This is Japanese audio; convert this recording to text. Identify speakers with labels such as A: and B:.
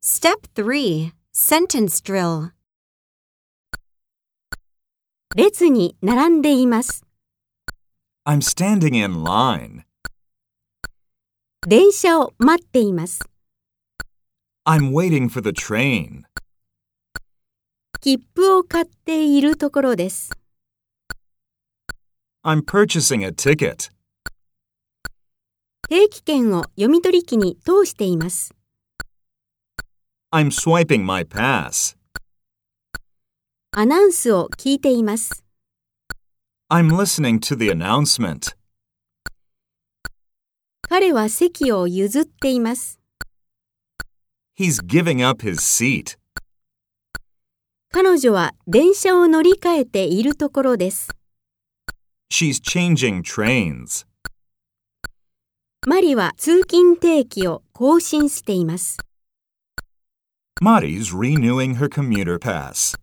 A: Step 3 Sentence Drill 列に並んでいます。
B: I'm standing in line.
A: 電車を待っています。
B: I'm waiting for the train.
A: 切符を買っているところです。
B: I'm purchasing a ticket.
A: 定期券を読み取り機に通しています。
B: I'm swiping my pass.
A: アナウンスを聞いています。
B: I'm listening to the announcement.
A: 彼は席を譲っています。
B: He's giving up his seat.
A: 彼女は電車を乗り換えているところです。
B: She's changing trains.
A: マリは通勤定期を更新しています。
B: Mari's renewing her commuter pass.